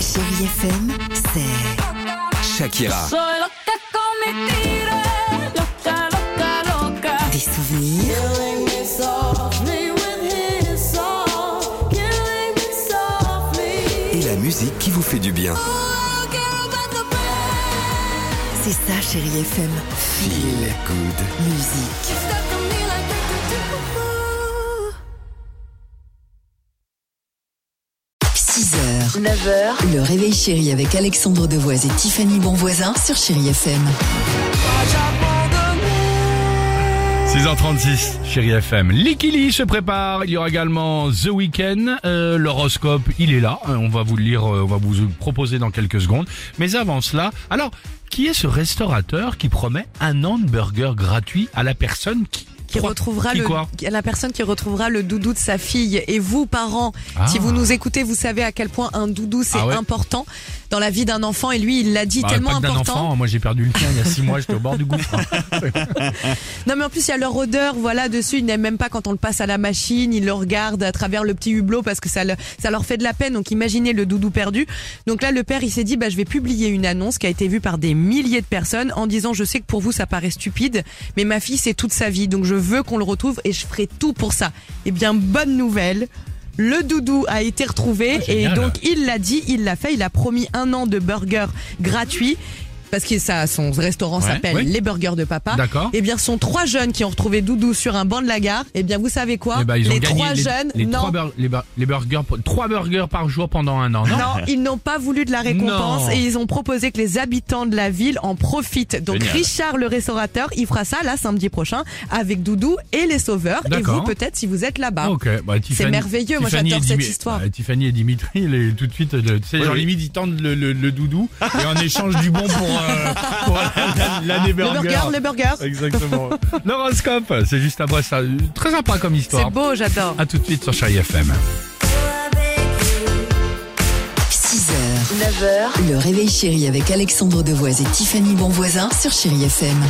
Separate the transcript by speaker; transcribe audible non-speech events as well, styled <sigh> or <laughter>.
Speaker 1: Chérie FM, c'est
Speaker 2: Shakira,
Speaker 3: Soy loca con mi tira, loca, loca, loca.
Speaker 1: des souvenirs,
Speaker 3: Me with his song, killing me softly.
Speaker 2: et la musique qui vous fait du bien.
Speaker 3: Oh, quiero ver tu piel.
Speaker 1: c'est ça Chérie FM.
Speaker 2: Feel good.
Speaker 1: Musique.
Speaker 3: You stuck on me like we could do.
Speaker 1: 6h, 9h, le réveil chéri avec Alexandre Devoise et Tiffany Bonvoisin sur Chérie FM.
Speaker 4: 6h36, chérie FM. L'Ikili se prépare. Il y aura également The Weeknd. Euh, L'horoscope, il est là. Euh, On va vous le lire, euh, on va vous le proposer dans quelques secondes. Mais avant cela, alors, qui est ce restaurateur qui promet un hamburger gratuit à la personne qui,
Speaker 5: qui
Speaker 4: Trois-
Speaker 5: retrouvera
Speaker 4: qui
Speaker 5: le
Speaker 4: quoi
Speaker 5: qui- la personne qui retrouvera le doudou de sa fille et vous parents
Speaker 4: Ah.
Speaker 5: si vous nous écoutez vous savez à quel point un doudou c'est
Speaker 4: Ah ouais.
Speaker 5: important dans la vie d'un enfant et lui il l'a dit
Speaker 4: Bah,
Speaker 5: tellement
Speaker 4: pas que d'un
Speaker 5: important
Speaker 4: enfant. Moi, j'ai perdu le tien il y a 6 mois. J'étais au bord du
Speaker 5: <laughs>
Speaker 4: gouffre.
Speaker 5: non mais en plus il y a leur odeur voilà dessus ils n'aiment même pas quand on le passe à la machine ils le regardent à travers le petit hublot parce que ça, le- ça leur fait de la peine donc imaginez le doudou perdu donc là le père il s'est dit bah je vais publier une annonce qui a été vue par des milliers de personnes en disant je sais que pour vous ça paraît stupide mais ma fille c'est toute sa vie donc je veux qu'on le retrouve et je ferai tout pour ça Eh bien bonne nouvelle Le doudou a été retrouvé
Speaker 4: Ah,
Speaker 5: et
Speaker 4: génial.
Speaker 5: donc il l'a dit, il l'a fait, il a promis un an de burgers gratuits. Parce que ça, son restaurant
Speaker 4: Ouais,
Speaker 5: s'appelle
Speaker 4: oui.
Speaker 5: Les Burgers de Papa.
Speaker 4: D'accord.
Speaker 5: Eh bien, ce sont trois jeunes qui ont retrouvé Doudou sur un banc de la gare. Eh bien, vous savez quoi
Speaker 4: Eh ben, ils ont
Speaker 5: Les
Speaker 4: gagné
Speaker 5: trois
Speaker 4: les,
Speaker 5: jeunes,
Speaker 4: les
Speaker 5: non,
Speaker 4: trois bur- les, bur- les burgers, pour- trois burgers par jour pendant un an. Non.
Speaker 5: non, ils n'ont pas voulu de la récompense
Speaker 4: Non.
Speaker 5: et ils ont proposé que les habitants de la ville en profitent. Donc
Speaker 4: Génial.
Speaker 5: Richard le restaurateur, il fera ça là samedi prochain avec Doudou et les sauveurs et
Speaker 4: D'accord.
Speaker 5: vous peut-être si vous êtes là-bas.
Speaker 4: Ok, bah, Tiffany-
Speaker 5: Ah. merveilleux, moi,
Speaker 4: Tiffany
Speaker 5: j'adore
Speaker 4: et
Speaker 5: cette
Speaker 4: Dimi-
Speaker 5: histoire.
Speaker 4: Bah, Tiffany et Dimitri, les- tout de suite, le- tu sais, genre
Speaker 6: oui.
Speaker 4: limite, ils tendent le, le- le doudou et en échange du bon pour, euh, pour l'année
Speaker 5: Le
Speaker 4: burger.
Speaker 5: burger, le burger.
Speaker 4: Exactement. L'horoscope, c'est juste après ça. Très sympa comme
Speaker 5: C'est
Speaker 4: histoire.
Speaker 5: beau, j'adore.
Speaker 4: À tout de suite sur Chérie FM.
Speaker 1: 6h, 9h, le réveil chéri avec Alexandre Devoise et Tiffany Bonvoisin sur Chérie FM.